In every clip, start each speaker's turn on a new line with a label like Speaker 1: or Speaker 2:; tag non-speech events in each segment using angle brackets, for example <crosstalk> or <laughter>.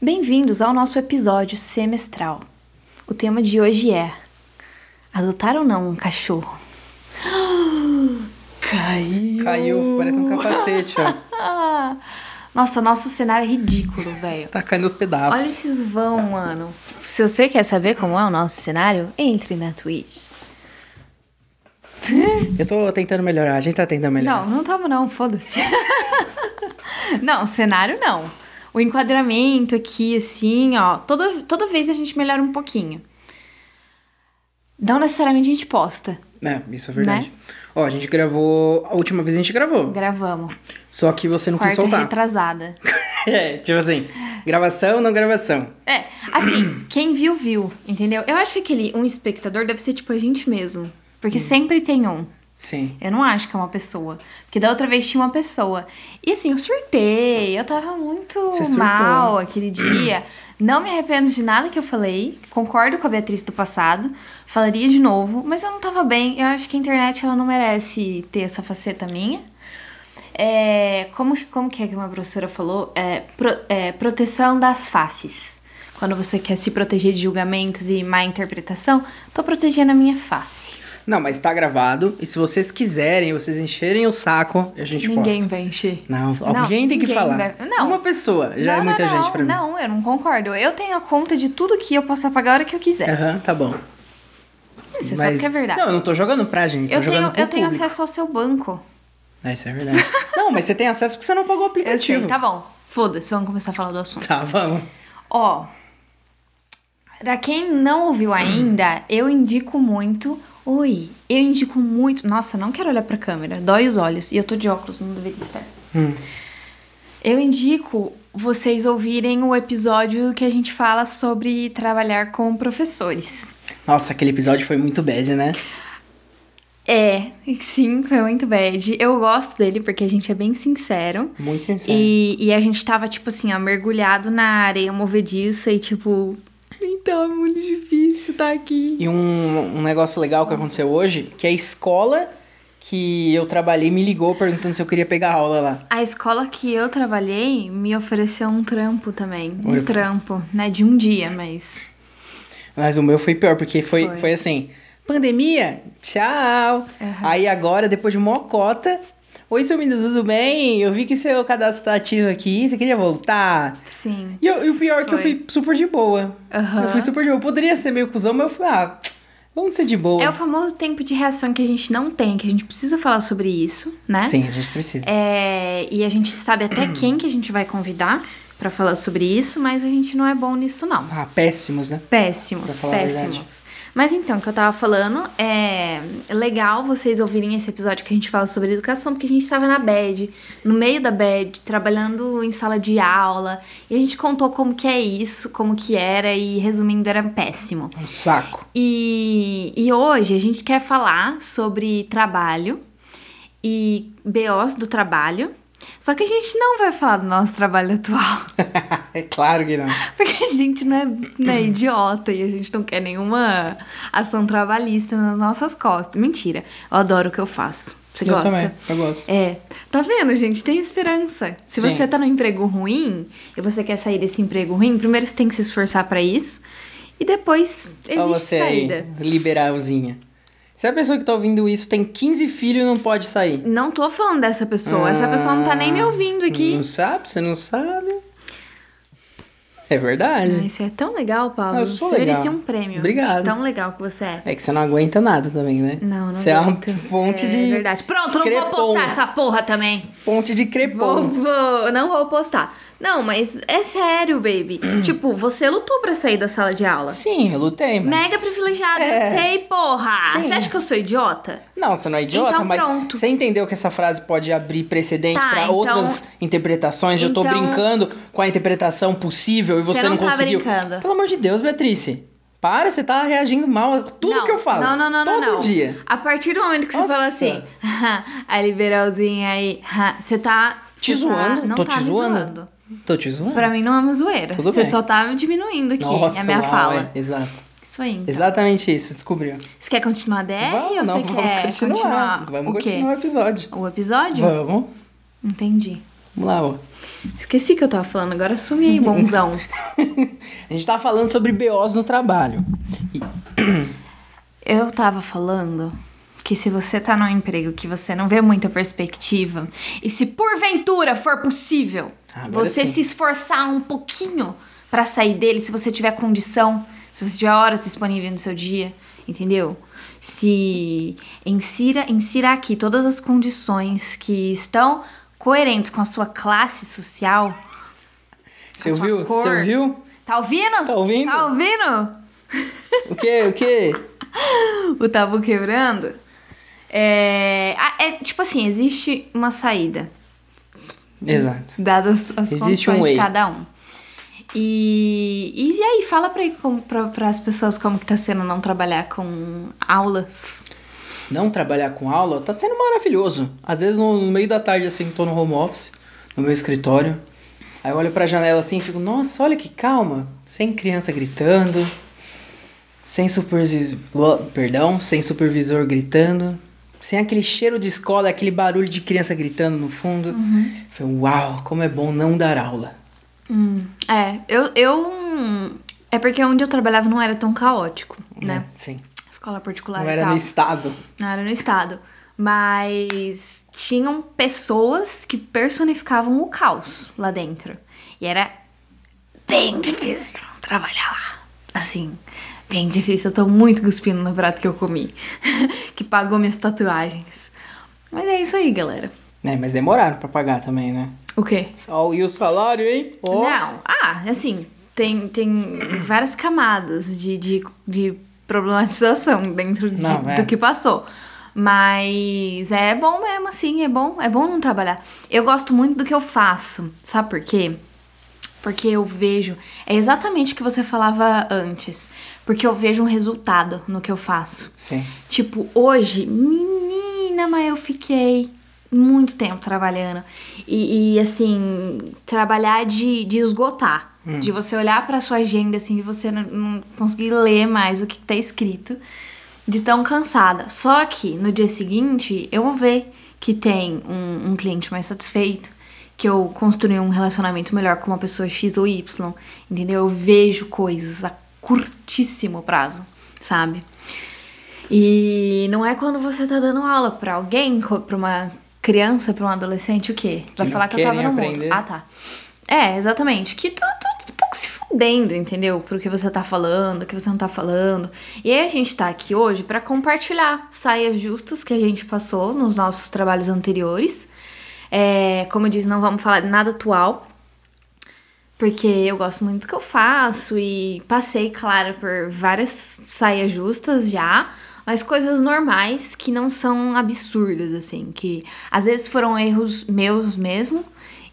Speaker 1: Bem-vindos ao nosso episódio semestral. O tema de hoje é: adotar ou não um cachorro? Caiu!
Speaker 2: Caiu, parece um capacete,
Speaker 1: <laughs>
Speaker 2: ó.
Speaker 1: Nossa, nosso cenário é ridículo, velho.
Speaker 2: Tá caindo aos pedaços.
Speaker 1: Olha esses vão, mano. Se você quer saber como é o nosso cenário, entre na Twitch.
Speaker 2: Eu tô tentando melhorar, a gente tá tentando melhorar.
Speaker 1: Não, não tava não, foda-se. <laughs> não, cenário não. O enquadramento aqui, assim, ó. Toda, toda vez a gente melhora um pouquinho. Não necessariamente a gente posta.
Speaker 2: É, isso é verdade.
Speaker 1: Né?
Speaker 2: Ó, a gente gravou. A última vez a gente gravou.
Speaker 1: Gravamos.
Speaker 2: Só que você não quis
Speaker 1: Quarta
Speaker 2: soltar.
Speaker 1: retrasada.
Speaker 2: <laughs> é, tipo assim, gravação não gravação.
Speaker 1: É, assim, quem viu, viu, entendeu? Eu acho que aquele, um espectador deve ser tipo a gente mesmo. Porque sempre tem um.
Speaker 2: Sim.
Speaker 1: Eu não acho que é uma pessoa. Porque da outra vez tinha uma pessoa. E assim, eu surtei, eu tava muito
Speaker 2: Você surtou.
Speaker 1: mal aquele dia. Não me arrependo de nada que eu falei. Concordo com a Beatriz do passado. Falaria de novo, mas eu não tava bem. Eu acho que a internet ela não merece ter essa faceta minha. É, como, como que é que uma professora falou? É, pro- é, proteção das faces. Quando você quer se proteger de julgamentos e má interpretação, tô protegendo a minha face.
Speaker 2: Não, mas tá gravado. E se vocês quiserem, vocês encherem o saco, a gente
Speaker 1: Ninguém
Speaker 2: posta.
Speaker 1: vai encher.
Speaker 2: Tipo, Não, alguém tem que
Speaker 1: ninguém
Speaker 2: falar.
Speaker 1: vai- Não.
Speaker 2: Uma pessoa, já é
Speaker 1: Não,
Speaker 2: muita
Speaker 1: não,
Speaker 2: gente
Speaker 1: não,
Speaker 2: pra mim.
Speaker 1: Não, eu não concordo. Eu tenho a conta de tudo que eu posso apagar a hora que eu quiser.
Speaker 2: Aham, tá bom.
Speaker 1: Você sabe
Speaker 2: mas...
Speaker 1: que é verdade.
Speaker 2: Não, eu não tô jogando pra gente, tô
Speaker 1: eu tenho,
Speaker 2: jogando pro
Speaker 1: eu tenho
Speaker 2: público.
Speaker 1: acesso ao seu banco.
Speaker 2: É, isso é verdade. não, mas você tem acesso porque você não pagou o
Speaker 1: Eu
Speaker 2: aplicativo.
Speaker 1: sei, tá bom. Foda-se, vamos começar a falar do assunto.
Speaker 2: Tá, vamos.
Speaker 1: Ó, pra quem não ouviu ainda, eu indico muito. Oi, eu indico muito. Nossa, não quero olhar pra câmera, dói os olhos. E eu tô de óculos, não deveria estar.
Speaker 2: Hum.
Speaker 1: Eu indico vocês ouvirem o episódio que a gente fala sobre trabalhar com professores.
Speaker 2: Nossa, aquele episódio foi muito bad, né?
Speaker 1: É, sim, foi muito bad. Eu gosto dele porque a gente é bem sincero.
Speaker 2: Muito sincero.
Speaker 1: E, e a gente tava, tipo assim, ó, mergulhado na areia movediça e, tipo, então é muito difícil tá aqui.
Speaker 2: E um, um negócio legal que aconteceu hoje, que a escola que eu trabalhei me ligou perguntando se eu queria pegar aula lá.
Speaker 1: A escola que eu trabalhei me ofereceu um trampo também. Um
Speaker 2: Olha.
Speaker 1: trampo, né? De um dia, mas.
Speaker 2: Mas o meu foi pior, porque foi,
Speaker 1: Foi.
Speaker 2: foi. assim, pandemia, tchau. Aí agora, depois de mocota, oi seu menino, tudo bem? Eu vi que seu cadastro tá ativo aqui, você queria voltar?
Speaker 1: Sim.
Speaker 2: E, eu- e o pior é que eu
Speaker 1: Foi.
Speaker 2: fui super de boa.
Speaker 1: Aham.
Speaker 2: Eu fui super de boa. Eu poderia ser meio cuzão, mas eu falei, ah, vamos ser de boa.
Speaker 1: É o famoso tempo de reação que a gente não tem, que a gente precisa falar sobre isso, né?
Speaker 2: Sim, a gente precisa.
Speaker 1: É, e a gente sabe até quem que a gente vai convidar pra falar sobre isso, mas a gente não é bom nisso, não.
Speaker 2: Ah, péssimos, né? Pra
Speaker 1: Péssimos,
Speaker 2: falar a
Speaker 1: péssimos. Mas então, o que eu tava falando é legal vocês ouvirem esse episódio que a gente fala sobre educação, porque a gente tava na bed, no meio da bed, trabalhando em sala de aula, e a gente contou como que é isso, como que era, e resumindo, era péssimo.
Speaker 2: Um saco.
Speaker 1: E, e hoje a gente quer falar sobre trabalho e BOs do trabalho. Só que a gente não vai falar do nosso trabalho atual,
Speaker 2: <laughs> é claro que não.
Speaker 1: porque a gente não é, não
Speaker 2: Uhum.
Speaker 1: é idiota e a gente não quer nenhuma ação trabalhista nas nossas costas. Mentira, eu adoro o que eu faço. Você
Speaker 2: eu
Speaker 1: gosta?
Speaker 2: também, eu gosto.
Speaker 1: É. Tá vendo, gente? Tem esperança. Se
Speaker 2: Sim.
Speaker 1: você tá num emprego ruim e você quer sair desse emprego ruim, primeiro você tem que se esforçar pra isso e depois É, existe
Speaker 2: Olha você
Speaker 1: saída.
Speaker 2: aí, liberalzinha. Se a pessoa que tá ouvindo isso tem 15 filhos e não pode sair.
Speaker 1: Não tô falando dessa pessoa. Essa
Speaker 2: Ah,
Speaker 1: pessoa não tá nem me ouvindo aqui.
Speaker 2: Não sabe? Você não sabe? É verdade.
Speaker 1: Ah, isso é tão legal, Paulo.
Speaker 2: Eu sou
Speaker 1: você
Speaker 2: legal.
Speaker 1: merecia um prêmio.
Speaker 2: Obrigado.
Speaker 1: De Tão legal que você é.
Speaker 2: É que você não aguenta nada também, né?
Speaker 1: Não, não
Speaker 2: Você é
Speaker 1: aguento.
Speaker 2: uma ponte
Speaker 1: é
Speaker 2: de.
Speaker 1: verdade. Pronto, não vou
Speaker 2: crepom.
Speaker 1: postar essa porra também.
Speaker 2: Ponte de
Speaker 1: Vou,
Speaker 2: crepom.
Speaker 1: vou- não vou postar. Não, mas é sério,
Speaker 2: <clears throat>
Speaker 1: baby. tipo, você lutou pra sair da sala de aula.
Speaker 2: Sim, eu lutei, mas.
Speaker 1: Mega privilegiada,
Speaker 2: É.
Speaker 1: eu sei, porra.
Speaker 2: Sim.
Speaker 1: Você acha que eu sou idiota?
Speaker 2: Não, você não é idiota,
Speaker 1: Então,
Speaker 2: mas
Speaker 1: pronto.
Speaker 2: você entendeu que essa frase pode abrir precedente
Speaker 1: Tá,
Speaker 2: pra
Speaker 1: então-
Speaker 2: outras interpretações? Eu tô
Speaker 1: Então-
Speaker 2: brincando com a interpretação possível e
Speaker 1: Você
Speaker 2: você,
Speaker 1: não tá
Speaker 2: conseguiu.
Speaker 1: brincando.
Speaker 2: Pelo amor de Deus, Beatrice. Para, você tá reagindo mal a tudo
Speaker 1: Não,
Speaker 2: que eu falo.
Speaker 1: Não, não, não, não,
Speaker 2: Todo
Speaker 1: não.
Speaker 2: dia.
Speaker 1: A partir do momento que você
Speaker 2: Nossa.
Speaker 1: fala assim, <laughs> a liberalzinha aí, <laughs> ah, você tá.
Speaker 2: Te
Speaker 1: você tá-
Speaker 2: zoando?
Speaker 1: não
Speaker 2: Tô
Speaker 1: tá
Speaker 2: te
Speaker 1: me
Speaker 2: zoando. Tô te zoando.
Speaker 1: Pra mim não é uma zoeira.
Speaker 2: Tudo
Speaker 1: você
Speaker 2: bem.
Speaker 1: só tá me diminuindo aqui
Speaker 2: Nossa,
Speaker 1: a minha
Speaker 2: uau,
Speaker 1: fala.
Speaker 2: é, Exato.
Speaker 1: Isso aí. Então.
Speaker 2: Exatamente isso, descobriu.
Speaker 1: Você quer continuar a DR
Speaker 2: vamos,
Speaker 1: ou
Speaker 2: não,
Speaker 1: você
Speaker 2: vamos
Speaker 1: quer
Speaker 2: continuar. Vamos
Speaker 1: é. o quê?
Speaker 2: continuar o episódio.
Speaker 1: O episódio?
Speaker 2: Vamos.
Speaker 1: Entendi.
Speaker 2: Vamos lá, ó. <laughs>
Speaker 1: Esqueci que eu tava falando, agora sumi aí, bonzão.
Speaker 2: A gente tá falando sobre BOs no trabalho. E-
Speaker 1: <laughs> Eu tava falando que se você tá num emprego que você não vê muita perspectiva, e se porventura for possível
Speaker 2: Ah, agora
Speaker 1: você
Speaker 2: sim.
Speaker 1: se esforçar um pouquinho pra sair dele, se você tiver condição, se você tiver horas disponíveis no seu dia, entendeu? Se insira, insira aqui todas as condições que estão coerentes com a sua classe social.
Speaker 2: Você
Speaker 1: a sua
Speaker 2: ouviu?
Speaker 1: cor.
Speaker 2: Você ouviu?
Speaker 1: Tá ouvindo?
Speaker 2: Tá ouvindo?
Speaker 1: Tá ouvindo?
Speaker 2: O quê? O quê?
Speaker 1: o tabu quebrando. É, ah, é tipo assim, existe uma saída, Né?
Speaker 2: Exato.
Speaker 1: dadas as
Speaker 2: Existe um
Speaker 1: condições de
Speaker 2: way.
Speaker 1: cada um. E, e, aí, fala pra, como- pra, pras pessoas como que tá sendo não trabalhar com aulas.
Speaker 2: Não trabalhar com aula tá sendo maravilhoso. Às vezes no, no meio da tarde, assim, tô no home office, no meu escritório. Aí eu olho pra janela assim e fico, nossa, olha que calma. Sem criança gritando, sem supervisor. Perdão, sem supervisor gritando. Sem aquele cheiro de escola, aquele barulho de criança gritando no fundo.
Speaker 1: Uhum.
Speaker 2: Falei, uau, como é bom não dar aula.
Speaker 1: É, eu, eu. hum, É porque onde eu trabalhava não era tão caótico, né? tá.
Speaker 2: Sim.
Speaker 1: Escola particular
Speaker 2: Não
Speaker 1: e
Speaker 2: era
Speaker 1: tal.
Speaker 2: no estado.
Speaker 1: Não era no estado. Mas tinham pessoas que personificavam o caos lá dentro. E era bem difícil trabalhar lá. Assim, bem difícil. Eu tô muito cuspindo no prato que eu comi, <laughs> que pagou minhas tatuagens. Mas é isso aí, galera.
Speaker 2: Né, mas demoraram pra pagar também, né?
Speaker 1: O quê?
Speaker 2: Só- E o salário, hein? Ó.
Speaker 1: Não, ah, assim, tem, tem várias camadas de, de, de problematização dentro de-
Speaker 2: Não, é.
Speaker 1: do que passou. Mas é bom mesmo, assim, é bom, é bom não trabalhar. Eu gosto muito do que eu faço, sabe por quê? Porque eu vejo, é exatamente o que você falava antes, porque eu vejo um resultado no que eu faço.
Speaker 2: Sim.
Speaker 1: Tipo, hoje, menina, mas eu fiquei muito tempo trabalhando. E, e, assim, trabalhar de, de esgotar. De você olhar pra sua agenda, assim, e você não, não conseguir ler mais o que tá escrito. De tão cansada. Só que no dia seguinte, eu vou ver que tem um, um cliente mais satisfeito. Que eu construí um relacionamento melhor com uma pessoa X ou Y. Entendeu? Eu vejo coisas a curtíssimo prazo, sabe? E não é quando você tá dando aula pra alguém, co- pra uma criança, pra um adolescente, o quê? Vai
Speaker 2: não
Speaker 1: falar que eu tava
Speaker 2: querem
Speaker 1: no mundo.
Speaker 2: aprender.
Speaker 1: Ah, tá. É, exatamente. Que tá tá um pouco se fudendo, entendeu? Pro que você tá falando, o que você não tá falando. E aí a gente tá aqui hoje pra compartilhar saias justas que a gente passou nos nossos trabalhos anteriores. É, como eu disse, não vamos falar de nada atual, porque eu gosto muito do que eu faço e passei, claro, por várias saias justas já, mas coisas normais que não são absurdas, assim, que às vezes foram erros meus mesmo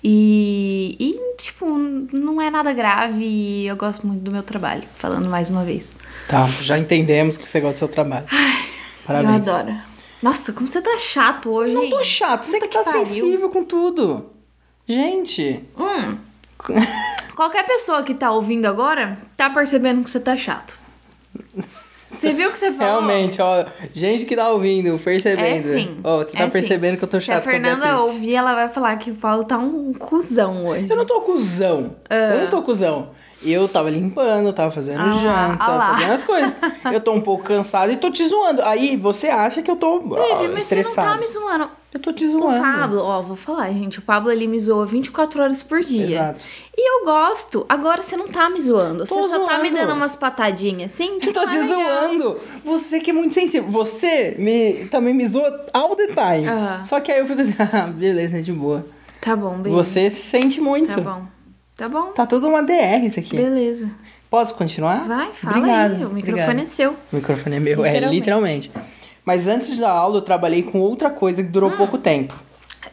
Speaker 1: e, e tipo, não é nada grave e eu gosto muito do meu trabalho, falando mais uma vez.
Speaker 2: Tá, já entendemos que você gosta do seu trabalho. Parabéns.
Speaker 1: Eu adoro. Nossa, como você tá chato hoje, hein?
Speaker 2: Tô chato, você que, tá
Speaker 1: pariu.
Speaker 2: sensível com tudo. Gente.
Speaker 1: Hum. Qualquer pessoa que tá ouvindo agora tá percebendo que você tá chato. Você viu o que
Speaker 2: <laughs>
Speaker 1: você falou?
Speaker 2: <laughs> Realmente, ó, gente que tá ouvindo, percebendo.
Speaker 1: É sim.
Speaker 2: Ó, você tá
Speaker 1: é sim.
Speaker 2: percebendo que eu tô
Speaker 1: Se a
Speaker 2: chato com a
Speaker 1: Fernanda
Speaker 2: Beatriz.
Speaker 1: ouvir, ela vai falar que o Paulo tá um cuzão hoje.
Speaker 2: Eu não tô cuzão. Eu não tô cuzão. Eu tava limpando, tava fazendo
Speaker 1: Ah lá,
Speaker 2: janta,
Speaker 1: ah lá.
Speaker 2: fazendo as
Speaker 1: <laughs>
Speaker 2: coisas. Eu tô um pouco cansado e tô te zoando. Aí você acha que eu tô ah,
Speaker 1: Baby, mas você não tá
Speaker 2: estressado.
Speaker 1: me zoando.
Speaker 2: Eu tô te
Speaker 1: O
Speaker 2: zoando.
Speaker 1: Pablo, ó, vou falar, gente. O Pablo, ele me zoa 24 horas por dia.
Speaker 2: Exato.
Speaker 1: E eu gosto. Agora você não tá me zoando.
Speaker 2: Tô
Speaker 1: você só tá me
Speaker 2: zoando.
Speaker 1: dando umas patadinhas, assim. Que
Speaker 2: Eu tô
Speaker 1: não
Speaker 2: te
Speaker 1: é legal.
Speaker 2: zoando. tá Você que é muito sensível. Você me, também me zoa all the time.
Speaker 1: Aham.
Speaker 2: Só que aí eu fico assim, <laughs> ah, beleza, de boa.
Speaker 1: Tá bom, beijo.
Speaker 2: Você se sente muito.
Speaker 1: Tá bom. Tá bom.
Speaker 2: Tá tudo uma DR isso aqui.
Speaker 1: Beleza.
Speaker 2: Posso continuar?
Speaker 1: Vai, fala
Speaker 2: Obrigado,
Speaker 1: aí. O microfone
Speaker 2: obrigado.
Speaker 1: é seu.
Speaker 2: O microfone é meu, é,
Speaker 1: Literalmente.
Speaker 2: literalmente. Mas antes da aula, eu trabalhei com outra coisa que
Speaker 1: Hum.
Speaker 2: durou pouco tempo.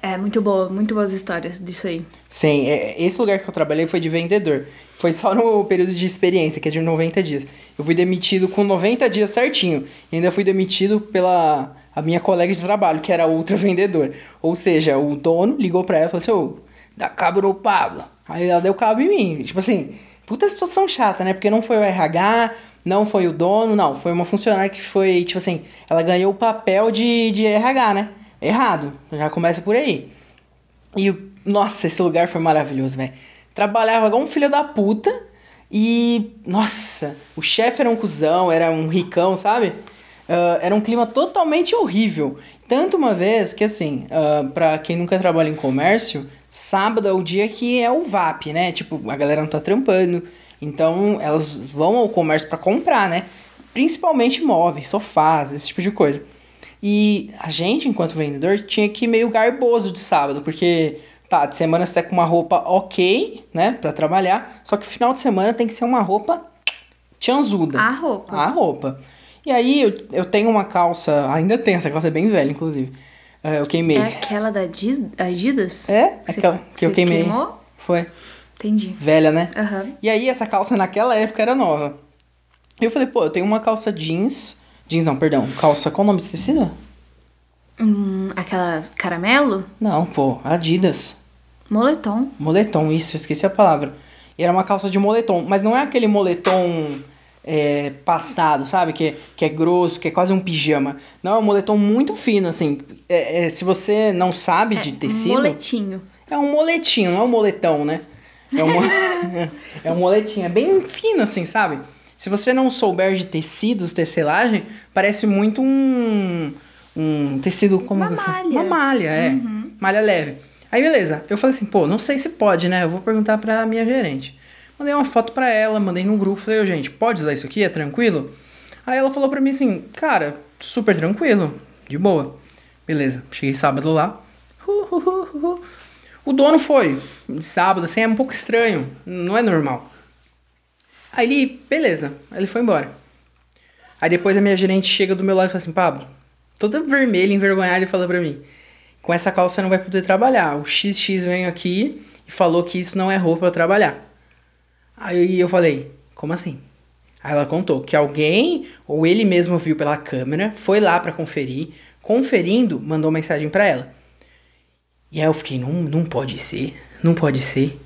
Speaker 1: É, muito boa. Muito boas histórias disso aí.
Speaker 2: Sim, é- esse lugar que eu trabalhei foi de vendedor. Foi só no período de experiência, que é de 90 dias. Eu fui demitido com 90 dias certinho. E ainda fui demitido pela a minha colega de trabalho, que era outra vendedora. Ou seja, o dono ligou pra ela e falou assim, ô, dá cabo no Pablo. Aí ela deu cabo em mim. Tipo assim, puta situação chata, né? Porque não foi o RH, não foi o dono, não. Foi uma funcionária que foi, tipo assim, ela ganhou o papel de, de RH, né? Errado. Já começa por aí. E Nossa, esse lugar foi maravilhoso, velho. Trabalhava igual um filho da puta e. Nossa, o chefe era um cuzão, era um ricão, sabe? Ah, era um clima totalmente horrível. Tanto uma vez que, assim, ah, pra quem nunca trabalha em comércio, sábado é o dia que é o VAP, né? Tipo, a galera não tá trampando. Então, elas vão ao comércio pra comprar, né? Principalmente móveis, sofás, esse tipo de coisa. E a gente, enquanto vendedor, tinha que ir meio garboso de sábado, porque tá, de semana você tá com uma roupa ok, né, Pra trabalhar, só que final de semana tem que ser uma roupa tchanzuda.
Speaker 1: A roupa.
Speaker 2: A roupa. E aí eu, eu tenho uma calça, ainda tem, essa calça é bem velha, inclusive. É, Eu queimei.
Speaker 1: É aquela da Dis- Adidas?
Speaker 2: É?
Speaker 1: Que você-
Speaker 2: Aquela que eu
Speaker 1: você
Speaker 2: queimei.
Speaker 1: Queimou?
Speaker 2: Foi.
Speaker 1: Entendi.
Speaker 2: Velha, né?
Speaker 1: Aham.
Speaker 2: E aí, essa calça naquela época era nova. E eu falei, pô, eu tenho uma calça jeans. Jeans não, perdão. Calça, qual o nome desse tecido?
Speaker 1: Hum, aquela caramelo?
Speaker 2: Não, pô, Adidas.
Speaker 1: Moletom.
Speaker 2: Moletom, isso, eu esqueci a palavra. E era uma calça de moletom, mas não é aquele moletom é, passado, sabe? Que, que é grosso, que é quase um pijama. Não, é um moletom muito fino, assim. É- é, se você não sabe
Speaker 1: É,
Speaker 2: de tecido.
Speaker 1: Moletinho.
Speaker 2: É um moletinho, não é um moletão, né? É um, mo- <laughs> é um moletinho, é bem fino assim, sabe? Se você não souber de tecidos, tecelagem, parece muito um, um tecido como
Speaker 1: Uma
Speaker 2: que se-
Speaker 1: malha. Uhum.
Speaker 2: Uma malha, é. Malha leve. Aí beleza, eu falei assim, pô, não sei se pode, né? Eu vou perguntar pra minha gerente. Mandei uma foto pra ela, mandei no grupo, falei, ô gente, pode usar isso aqui? É tranquilo? Aí ela falou pra mim assim, cara, super tranquilo, de boa. Beleza, cheguei sábado lá. Uhuhuhu. O dono foi. Sábado, assim, é um pouco estranho. Não é normal. Aí ele, beleza. Aí ele foi embora. Aí depois a minha gerente chega do meu lado e fala assim, Pablo, toda vermelha, envergonhada, e fala pra mim, com essa calça você não vai poder trabalhar. O XX veio aqui e falou que isso não é roupa pra trabalhar. Aí eu falei, como assim? Aí ela contou que alguém, ou ele mesmo viu pela câmera, foi lá pra conferir, conferindo, mandou mensagem pra ela. E aí eu fiquei, não, não pode ser, não pode ser.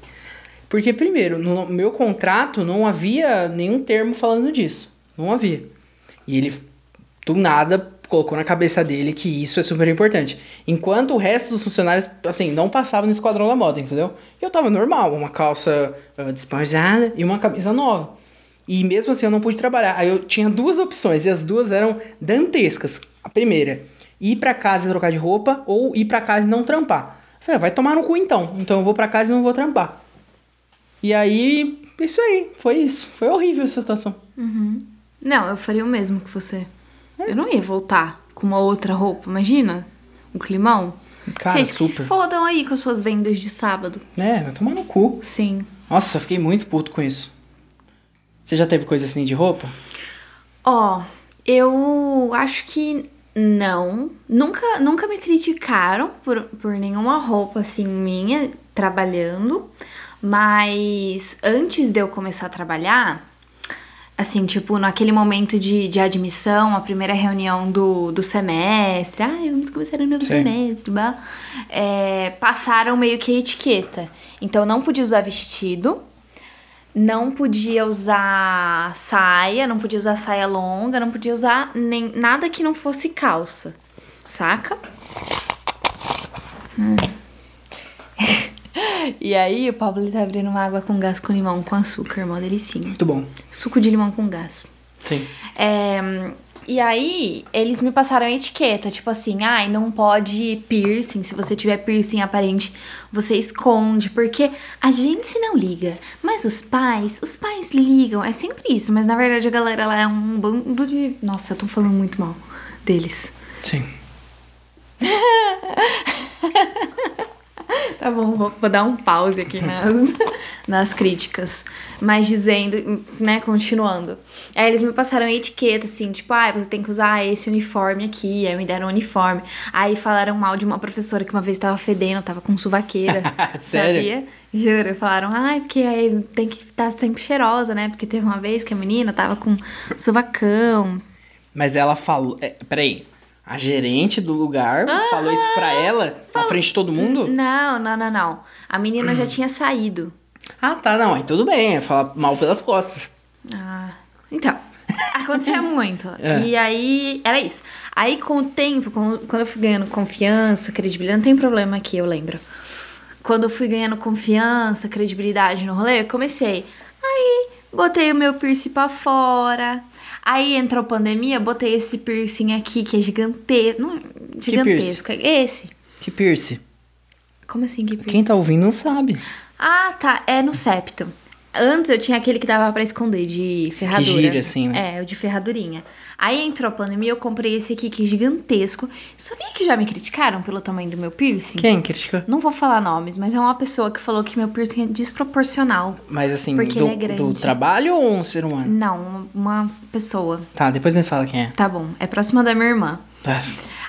Speaker 2: Porque, primeiro, no meu contrato não havia nenhum termo falando disso. Não havia. E ele, do nada, colocou na cabeça dele que isso é super importante. Enquanto o resto dos funcionários, assim, não passavam no esquadrão da moda, entendeu? E eu tava normal, uma calça ah, despojada e uma camisa nova. E mesmo assim eu não pude trabalhar. Aí eu tinha duas opções, e as duas eram dantescas. A primeira, ir pra casa e trocar de roupa, ou ir pra casa e não trampar. Eu Falei, "Ah, vai tomar no cu então. Então eu vou pra casa e não vou trampar. E aí, isso aí, foi isso. Foi horrível essa situação.
Speaker 1: Não, eu faria o mesmo que você. Eu não ia voltar com uma outra roupa, imagina? Um climão.
Speaker 2: Cara,
Speaker 1: Vocês que se
Speaker 2: super.
Speaker 1: fodam aí com as suas vendas de sábado.
Speaker 2: É, vai tomar no cu.
Speaker 1: Sim.
Speaker 2: Nossa, eu fiquei muito puto com isso. Você já teve coisa assim de roupa?
Speaker 1: Ó, eu acho que não. Nunca, nunca me criticaram por, por nenhuma roupa assim minha trabalhando. Mas antes de eu começar a trabalhar, assim, tipo, naquele momento de, de admissão, a primeira reunião do, do semestre, ah, vamos começar um novo
Speaker 2: Sim.
Speaker 1: semestre, blá, é, passaram meio que a etiqueta. Então não podia usar vestido, não podia usar saia, não podia usar saia longa, não podia usar nem nada que não fosse calça, saca? <laughs> Hum. e aí o Pablo ele tá abrindo uma água com gás com limão com açúcar, mó delicinha.
Speaker 2: Muito bom.
Speaker 1: Suco de limão com gás.
Speaker 2: Sim.
Speaker 1: É, e aí, eles me passaram a etiqueta, tipo assim, ai, não pode piercing, se você tiver piercing aparente, você esconde, porque a gente não liga, mas os pais, os pais ligam, é sempre isso, mas na verdade a galera lá é um bando de... Nossa, eu tô falando muito mal deles.
Speaker 2: Sim.
Speaker 1: Tá bom, vou, vou dar um pause aqui nas, nas críticas. Mas dizendo, né, continuando. Aí eles me passaram a etiqueta, assim, tipo, ah, você tem que usar esse uniforme aqui. Aí me deram um uniforme. Aí falaram mal de uma professora que uma vez tava fedendo, tava com suvaqueira.
Speaker 2: Sério?
Speaker 1: Sabia? Juro, falaram, ai, porque aí tem que estar sempre cheirosa, né? Porque teve uma vez que a menina tava com suvacão.
Speaker 2: Mas ela falou. É, peraí. A gerente do lugar falou isso pra ela? Na frente de todo mundo?
Speaker 1: Não, não, não, não. A menina já tinha saído.
Speaker 2: Ah, tá, não. Aí tudo bem. É falar mal pelas costas.
Speaker 1: Ah, então. <laughs> Acontecia muito.
Speaker 2: É.
Speaker 1: E aí, era isso. Aí, com o tempo, com- quando eu fui ganhando confiança, credibilidade, não tem problema aqui, eu lembro. quando eu fui ganhando confiança, credibilidade no rolê, eu comecei. Aí, botei o meu piercing pra fora. Aí entrou pandemia, botei esse piercing aqui que é gigantesco. Não, gigantesco. é Esse.
Speaker 2: Que piercing?
Speaker 1: Como assim que piercing?
Speaker 2: Quem tá ouvindo não sabe.
Speaker 1: Ah, tá. É no septo. Antes eu tinha aquele que dava pra esconder de ferradura.
Speaker 2: gira, assim, né?
Speaker 1: É, o de ferradurinha. Aí entrou a pandemia, eu comprei esse aqui que é gigantesco. Sabia que já me criticaram pelo tamanho do meu piercing?
Speaker 2: Quem criticou?
Speaker 1: Não vou falar nomes, mas é uma pessoa que falou que meu piercing é desproporcional.
Speaker 2: Mas assim,
Speaker 1: Porque
Speaker 2: do,
Speaker 1: ele é grande.
Speaker 2: do trabalho ou um ser humano?
Speaker 1: Não, uma pessoa.
Speaker 2: Tá, depois me fala quem é.
Speaker 1: Tá bom, é próxima da minha irmã.
Speaker 2: Tá.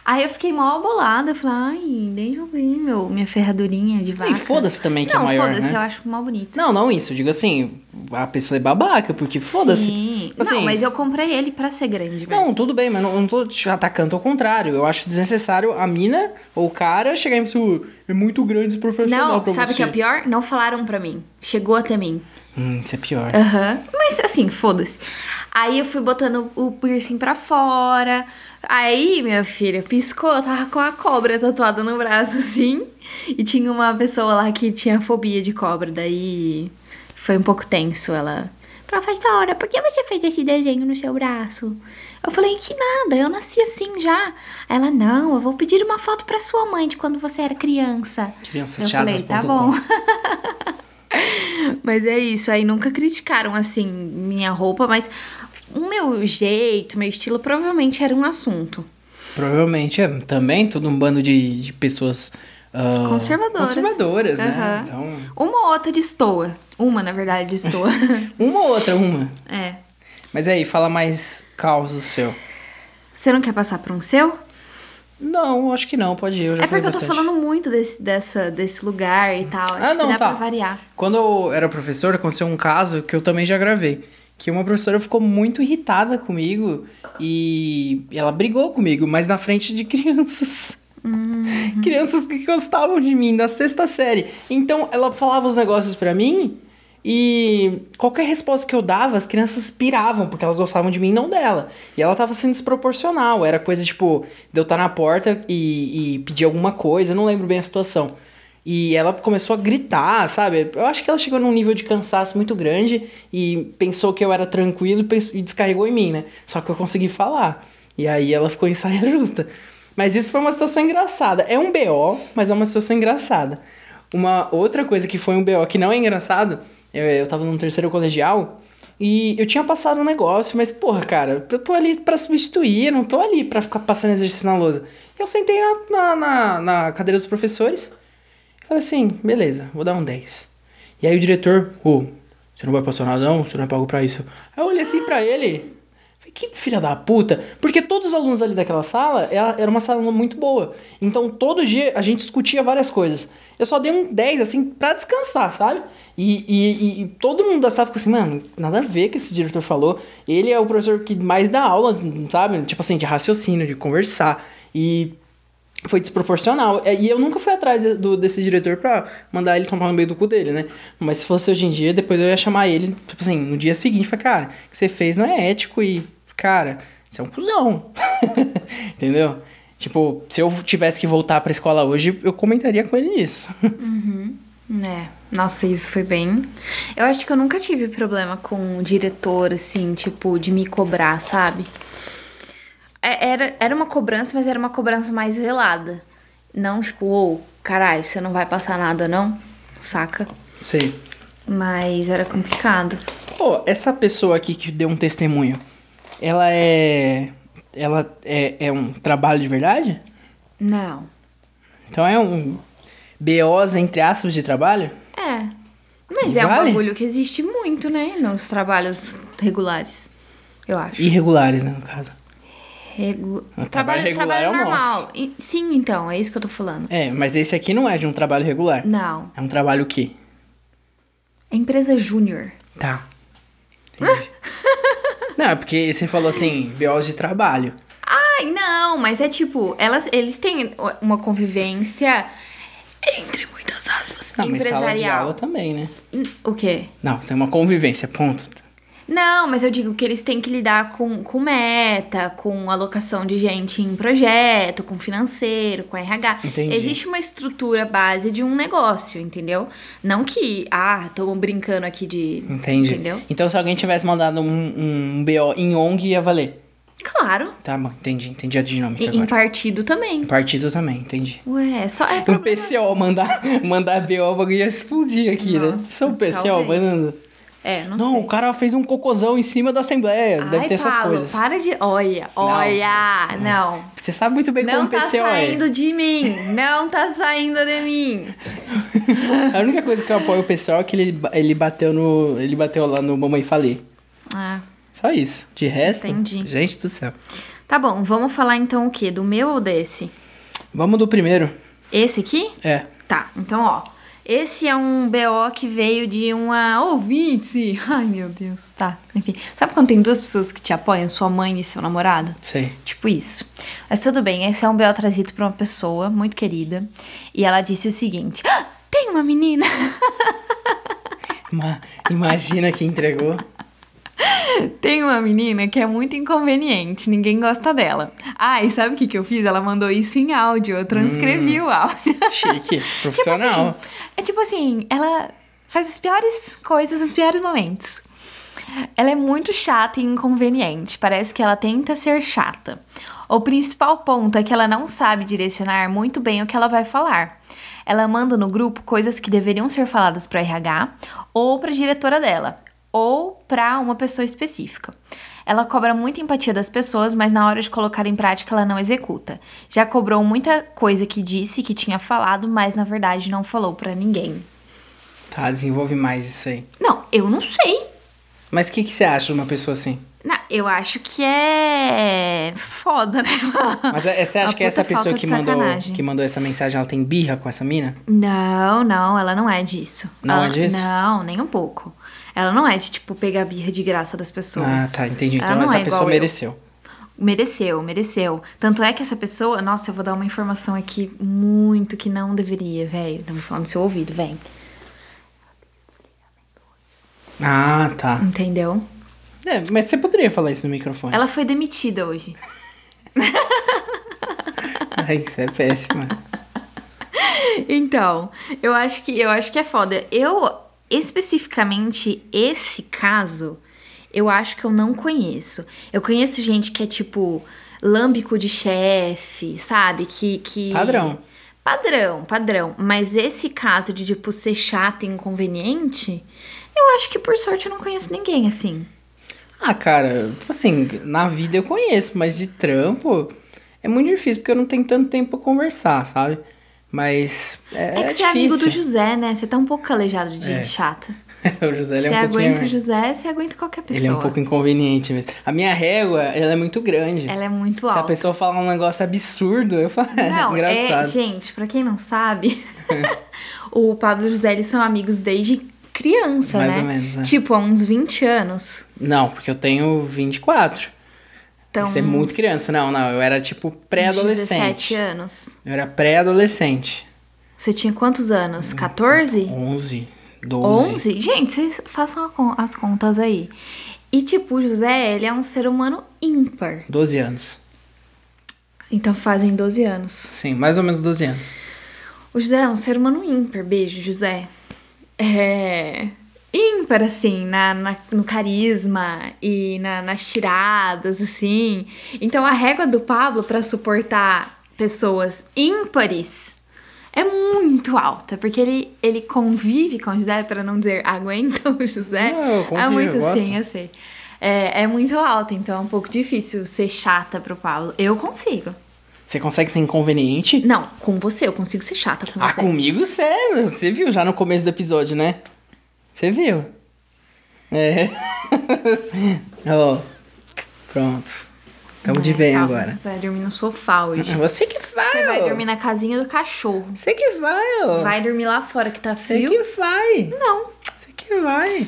Speaker 1: Aí eu fiquei mó bolada, eu falei, ai, deixa eu ver meu, minha ferradurinha de vaca.
Speaker 2: E foda-se também que
Speaker 1: Não,
Speaker 2: é maior,
Speaker 1: foda-se,
Speaker 2: né?
Speaker 1: eu acho mó bonito.
Speaker 2: Não, não isso. Eu digo assim, a pessoa é babaca, porque foda-se. Tipo assim,
Speaker 1: Sim. não, mas eu comprei ele pra ser grande mesmo.
Speaker 2: Não, tudo bem, mas não, eu não tô te atacando, ao contrário. Eu acho desnecessário a mina ou o cara chegar em você, é muito grande esse profissional
Speaker 1: Não,
Speaker 2: pra
Speaker 1: sabe o
Speaker 2: você.
Speaker 1: que é o pior? Não falaram pra mim. Chegou até mim.
Speaker 2: Hum, isso é pior.
Speaker 1: Aham. Mas assim, foda-se. Aí eu fui botando o piercing pra fora. Aí, minha filha, piscou, eu tava com a cobra tatuada no braço, assim. E tinha uma pessoa lá que tinha fobia de cobra. Daí foi um pouco tenso ela. Professora, por que você fez esse desenho no seu braço? Eu falei, que nada, eu nasci assim já. Ela, não, eu vou pedir uma foto pra sua mãe de quando você era criança.
Speaker 2: Crianças
Speaker 1: eu
Speaker 2: chatas.
Speaker 1: falei, tá
Speaker 2: ponto
Speaker 1: bom.
Speaker 2: com.
Speaker 1: <laughs> Mas é isso, aí nunca criticaram assim minha roupa, mas o meu jeito, meu estilo provavelmente era um assunto.
Speaker 2: Provavelmente é também todo um bando de, de pessoas. ah,
Speaker 1: Conservadoras.
Speaker 2: Conservadoras, né?
Speaker 1: Aham.
Speaker 2: Então,
Speaker 1: Uma ou outra destoa. Uma, na verdade,
Speaker 2: <laughs>
Speaker 1: destoa.
Speaker 2: uma ou outra, uma.
Speaker 1: <laughs> é.
Speaker 2: Mas aí, fala mais caos do seu.
Speaker 1: Você não quer passar para um seu?
Speaker 2: Não, acho que não, pode ir. Eu já
Speaker 1: é
Speaker 2: falei
Speaker 1: porque eu tô
Speaker 2: bastante.
Speaker 1: falando muito desse, dessa, desse lugar e tal. Acho
Speaker 2: Ah, não,
Speaker 1: que dá
Speaker 2: tá.
Speaker 1: pra variar.
Speaker 2: Quando eu era professor, aconteceu um caso que eu também já gravei. Que uma professora ficou muito irritada comigo e ela brigou comigo, mas na frente de <laughs> crianças. Crianças que gostavam de mim, da sexta série. Então ela falava os negócios pra mim e qualquer resposta que eu dava, as crianças piravam, porque elas gostavam de mim e não dela. E ela tava sendo desproporcional. Era coisa tipo, de eu estar na porta e, e pedir alguma coisa, eu não lembro bem a situação. E ela começou a gritar, sabe? Eu acho que ela chegou num nível de cansaço muito grande e pensou que eu era tranquilo e, pens- e descarregou em mim, né? Só que eu consegui falar. E aí ela ficou em <laughs> saia justa. Mas isso foi uma situação engraçada. É um BO, mas é uma situação engraçada. Uma outra coisa que foi um BO que não é engraçado, eu, eu tava num terceiro colegial e eu tinha passado um negócio, mas porra, cara, eu tô ali pra substituir, eu não tô ali pra ficar passando exercício na lousa. Eu sentei na- na- na, na cadeira dos professores. Eu Falei assim, beleza, vou dar um 10. E aí o diretor, ô, você não vai passar nada não? Você não é pago pra isso. Aí eu olhei assim pra ele, falei, que filha da puta. Porque todos os alunos ali daquela sala, ela- era uma sala muito boa. Então todo dia a gente discutia várias coisas. Eu só dei um 10, assim, pra descansar, sabe? E, e- e todo mundo da sala ficou assim, mano, nada a ver com o que esse diretor falou. Ele é o professor que mais dá aula, sabe? Tipo assim, de raciocínio, de conversar. E foi desproporcional. É, E eu nunca fui atrás de- do, desse diretor pra mandar ele tomar no meio do cu dele, né? Mas se fosse hoje em dia, depois eu ia chamar ele, tipo assim, no dia seguinte, falar, cara, o que você fez não é ético e, cara, você é um cuzão. <laughs> Entendeu? Tipo, se eu tivesse que voltar pra escola hoje, eu comentaria com ele isso.
Speaker 1: É, nossa, isso foi bem. Eu acho que eu nunca tive problema com o diretor, assim, tipo, de me cobrar, sabe? É- Era, era uma cobrança, mas era uma cobrança mais velada. Não, tipo, ô, caralho, você não vai passar nada, não? Saca?
Speaker 2: <laughs> Sei.
Speaker 1: Mas era complicado.
Speaker 2: Pô, essa pessoa aqui que deu um testemunho, ela é. Ela é, é um trabalho de verdade?
Speaker 1: Não.
Speaker 2: Então é um. BOs entre aspas de trabalho?
Speaker 1: É. Mas é um
Speaker 2: Vale?
Speaker 1: bagulho que existe muito, né? Nos trabalhos regulares. Eu acho.
Speaker 2: Irregulares, né, no caso.
Speaker 1: Regu...
Speaker 2: Ah, trabalho regular é o nosso.
Speaker 1: E- Sim, então, é isso que eu tô falando.
Speaker 2: É, mas esse aqui não é de um trabalho regular.
Speaker 1: Não.
Speaker 2: É um trabalho o quê?
Speaker 1: É Empresa júnior.
Speaker 2: Tá.
Speaker 1: <laughs>
Speaker 2: Entendi. não, é porque você falou assim, BOs de trabalho.
Speaker 1: Ai, não, mas é tipo, elas, eles têm uma convivência entre muitas aspas
Speaker 2: Não, mas sala de
Speaker 1: empresarial.
Speaker 2: aula também, né?
Speaker 1: Hum, O quê?
Speaker 2: Não, tem uma convivência, ponto.
Speaker 1: Não, mas eu digo que eles têm que lidar com, com meta, com alocação de gente em projeto, com financeiro, com RH.
Speaker 2: Entendi.
Speaker 1: Existe uma estrutura base de um negócio, entendeu? Não que, ah, estamos brincando aqui de.
Speaker 2: Entendi.
Speaker 1: Entendeu?
Speaker 2: Então se alguém tivesse mandado um, um BO em ONG, ia valer.
Speaker 1: Claro.
Speaker 2: Tá bom, entendi. Entendi a dinâmica
Speaker 1: E em
Speaker 2: agora.
Speaker 1: partido também.
Speaker 2: Partido também, entendi.
Speaker 1: Ué, só é
Speaker 2: O
Speaker 1: problema-
Speaker 2: PCO mandar, <laughs> mandar BO, o bagulho ia explodir aqui, né?
Speaker 1: Nossa,
Speaker 2: São PCO,
Speaker 1: talvez.
Speaker 2: banana.
Speaker 1: É, não,
Speaker 2: Não,
Speaker 1: sei.
Speaker 2: o cara fez um cocôzão em cima da Assembleia. Deve
Speaker 1: Ai,
Speaker 2: ter essas
Speaker 1: Paulo,
Speaker 2: coisas.
Speaker 1: para de. Olha, olha. Não.
Speaker 2: Você sabe muito bem
Speaker 1: Não
Speaker 2: como o é.
Speaker 1: tá
Speaker 2: PCO
Speaker 1: saindo de mim. Não tá saindo de mim.
Speaker 2: é. <laughs> A única coisa que eu apoio o PCO é que ele, ba- ele bateu no. Ele bateu lá no Mamãe Falei.
Speaker 1: Ah,
Speaker 2: Só isso. De resto.
Speaker 1: Entendi.
Speaker 2: Gente do céu.
Speaker 1: tá bom. Vamos falar então o quê? Do meu ou desse?
Speaker 2: Vamos do primeiro.
Speaker 1: Esse aqui?
Speaker 2: É.
Speaker 1: Tá, então ó. Esse é um BO que veio de uma ouvinte. Ai, meu Deus, tá. Enfim, sabe quando tem duas pessoas que te apoiam, sua mãe e seu namorado?
Speaker 2: Sei.
Speaker 1: Tipo isso. Mas tudo bem, esse é um BO trazido pra uma pessoa muito querida. E ela disse o seguinte: "Ah, tem uma menina!
Speaker 2: Ma- imagina que entregou.
Speaker 1: Tem uma menina que é muito inconveniente, ninguém gosta dela. Ah, e sabe o que, que eu fiz? Ela mandou isso em áudio, eu transcrevi o áudio.
Speaker 2: Hum. <laughs> Chique. Profissional.
Speaker 1: <laughs> Tipo assim, é tipo assim, ela faz as piores coisas nos piores momentos. Ela é muito chata e inconveniente, parece que ela tenta ser chata. O principal ponto é que ela não sabe direcionar muito bem o que ela vai falar. Ela manda no grupo coisas que deveriam ser faladas para RH ou para diretora dela, ou para uma pessoa específica. Ela cobra muita empatia das pessoas, mas na hora de colocar em prática ela não executa. Já cobrou muita coisa que disse que tinha falado, mas na verdade não falou pra ninguém.
Speaker 2: Tá, desenvolve mais isso aí.
Speaker 1: Não, eu não sei.
Speaker 2: Mas o que, que você acha de uma pessoa assim?
Speaker 1: Não, eu acho que é foda, né?
Speaker 2: <laughs> Mas é- você acha
Speaker 1: Uma
Speaker 2: que essa
Speaker 1: puta
Speaker 2: pessoa
Speaker 1: falta
Speaker 2: que
Speaker 1: de
Speaker 2: mandou,
Speaker 1: sacanagem.
Speaker 2: que mandou essa mensagem, ela tem birra com essa mina?
Speaker 1: Não, não, ela não é disso.
Speaker 2: Não
Speaker 1: Ela-
Speaker 2: é disso?
Speaker 1: Não, nem um pouco. Ela não é de, tipo, pegar birra de graça das
Speaker 2: Ah,
Speaker 1: pessoas.
Speaker 2: tá, entendi.
Speaker 1: Ela
Speaker 2: Então
Speaker 1: não
Speaker 2: essa
Speaker 1: é
Speaker 2: pessoa
Speaker 1: igual eu.
Speaker 2: mereceu.
Speaker 1: Mereceu, mereceu. Tanto é que essa pessoa. Nossa, eu vou dar uma informação aqui muito que não deveria, velho. Tava falando no seu ouvido, vem.
Speaker 2: Ah, tá.
Speaker 1: Entendeu?
Speaker 2: É, mas você poderia falar isso no microfone.
Speaker 1: Ela foi demitida hoje.
Speaker 2: Ai, que você é péssima.
Speaker 1: Então, eu acho que eu acho que é foda. Eu especificamente esse caso, eu acho que eu não conheço. Eu conheço gente que é tipo lâmbico de chefe, sabe? Que que
Speaker 2: Padrão.
Speaker 1: Padrão, padrão. Mas esse caso de tipo ser chato e inconveniente, eu acho que por sorte eu não conheço ninguém assim.
Speaker 2: Ah, cara, tipo assim, na vida eu conheço, mas de trampo é muito difícil, porque eu não tenho tanto tempo pra conversar, sabe? Mas é,
Speaker 1: É, que você é amigo do José, né? Você tá um pouco calejado de gente
Speaker 2: É.
Speaker 1: chata.
Speaker 2: José. <laughs> o José
Speaker 1: Você
Speaker 2: ele é um pouquinho...
Speaker 1: aguenta o José, você aguenta qualquer pessoa.
Speaker 2: Ele é um pouco inconveniente mesmo. A minha régua, ela é muito grande.
Speaker 1: Ela é muito
Speaker 2: Se
Speaker 1: alta.
Speaker 2: a pessoa falar um negócio absurdo, eu falo, <laughs> é
Speaker 1: Não, é,
Speaker 2: engraçado.
Speaker 1: gente, pra quem não sabe, <laughs> o Pablo e o José eles são amigos desde criança,
Speaker 2: Mais
Speaker 1: né?
Speaker 2: ou menos, né?
Speaker 1: Tipo, há uns 20 anos.
Speaker 2: Não, porque eu tenho 24.
Speaker 1: Então,
Speaker 2: Isso é muito
Speaker 1: uns-
Speaker 2: criança. Não, não, eu era tipo pré-adolescente.
Speaker 1: 17 anos.
Speaker 2: Eu era pré-adolescente.
Speaker 1: Você tinha quantos anos? 14?
Speaker 2: 11, 12.
Speaker 1: 11? Gente, vocês façam a con- as contas aí. E tipo, o José, ele é um ser humano ímpar.
Speaker 2: 12 anos.
Speaker 1: Então fazem 12 anos.
Speaker 2: Sim, mais ou menos 12 anos.
Speaker 1: O José é um ser humano ímpar, beijo, José. É. ímpar, assim, na, na- no carisma e na- nas tiradas, assim. Então a régua do Pablo pra suportar pessoas ímpares é muito alta, porque ele, ele convive com o José, pra não dizer aguenta o José.
Speaker 2: Não, eu
Speaker 1: é
Speaker 2: convivo,
Speaker 1: muito
Speaker 2: eu gosto.
Speaker 1: sim, eu sei. É, é muito alta, então é um pouco difícil ser chata pro Pablo. Eu consigo.
Speaker 2: Você consegue ser inconveniente?
Speaker 1: Não, com você, eu consigo ser chata com
Speaker 2: Ah,
Speaker 1: você.
Speaker 2: comigo você, você viu já no começo do episódio, né? Você viu. É. <laughs> Ó, pronto. Tamo um de
Speaker 1: É,
Speaker 2: bem
Speaker 1: calma,
Speaker 2: agora. Ah,
Speaker 1: Você vai dormir no sofá hoje.
Speaker 2: Você que vai,
Speaker 1: Você vai
Speaker 2: ó.
Speaker 1: dormir na casinha do cachorro.
Speaker 2: Você que vai, ó.
Speaker 1: Vai dormir lá fora que tá
Speaker 2: Você
Speaker 1: frio?
Speaker 2: que vai.
Speaker 1: Não.
Speaker 2: Você que vai.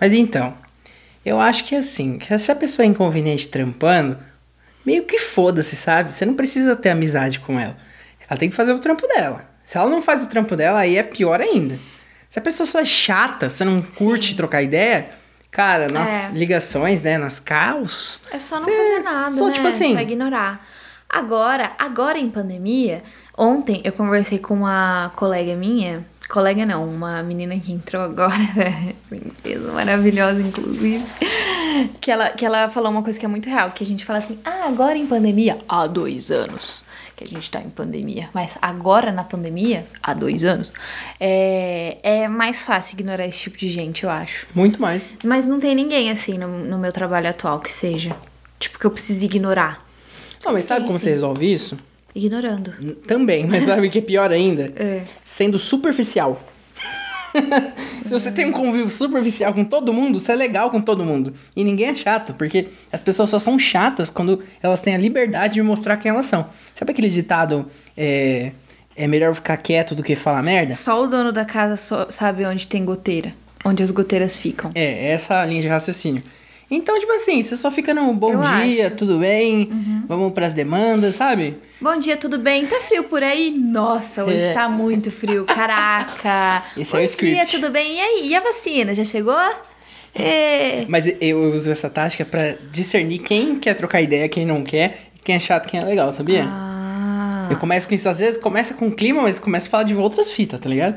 Speaker 2: Mas então, eu acho que assim, que se a pessoa é inconveniente trampando, meio que foda-se, sabe? Você não precisa ter amizade com ela. Ela tem que fazer o trampo dela. Se ela não faz o trampo dela, aí é pior ainda. Se a pessoa só é chata, você não curte trocar ideia, cara, nas
Speaker 1: É.
Speaker 2: ligações, né, nas calls,
Speaker 1: É só não
Speaker 2: Você-
Speaker 1: fazer nada,
Speaker 2: só,
Speaker 1: né?
Speaker 2: tipo assim-
Speaker 1: Só ignorar. Agora, agora em pandemia, ontem eu conversei com uma colega minha, colega não, uma menina que entrou agora, <laughs> né? limpeza maravilhosa, inclusive, que ela, que ela falou uma coisa que é muito real, que a gente fala assim, ah, agora em pandemia, há dois anos que a gente tá em pandemia, mas agora na pandemia, há dois anos, é, é mais fácil ignorar esse tipo de gente, eu acho.
Speaker 2: muito mais.
Speaker 1: Mas não tem ninguém assim no, no meu trabalho atual que seja. Tipo, que eu precise ignorar.
Speaker 2: Não, mas sabe
Speaker 1: Sim,
Speaker 2: como
Speaker 1: sim.
Speaker 2: você resolve isso?
Speaker 1: Ignorando.
Speaker 2: Também, mas sabe o que é pior ainda?
Speaker 1: É.
Speaker 2: Sendo superficial. <laughs> Se você tem um convívio superficial com todo mundo, você é legal com todo mundo. E ninguém é chato, porque as pessoas só são chatas quando elas têm a liberdade de mostrar quem elas são. Sabe aquele ditado, é, é melhor ficar quieto do que falar merda?
Speaker 1: Só o dono da casa só sabe onde tem goteira. Onde as goteiras ficam.
Speaker 2: É, essa é a linha de raciocínio. Então, tipo assim, você só fica no bom
Speaker 1: Eu
Speaker 2: dia,
Speaker 1: acho. Uhum.
Speaker 2: tudo bem, vamos pras demandas, sabe?
Speaker 1: Bom dia, tudo bem? Tá frio por aí? Nossa, hoje
Speaker 2: É.
Speaker 1: tá muito frio. <laughs> Caraca.
Speaker 2: Esse
Speaker 1: Bom
Speaker 2: é o
Speaker 1: dia,
Speaker 2: script.
Speaker 1: tudo bem? E aí? E a vacina? Já chegou? É.
Speaker 2: Mas eu uso essa tática pra discernir quem quer trocar ideia, quem não quer, quem é chato, quem é legal, sabia?
Speaker 1: Ah.
Speaker 2: Eu começo com isso, às vezes começa com o clima, mas começa a falar de outras fitas, tá ligado?